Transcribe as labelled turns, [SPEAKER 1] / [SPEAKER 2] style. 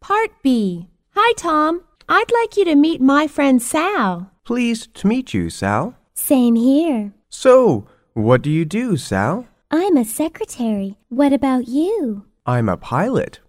[SPEAKER 1] Part B. Hi, Tom. I'd like you to meet my friend Sal.
[SPEAKER 2] Pleased to meet you, Sal.
[SPEAKER 3] Same here.
[SPEAKER 2] So, what do you do, Sal?
[SPEAKER 3] I'm a secretary. What about you?
[SPEAKER 2] I'm a pilot.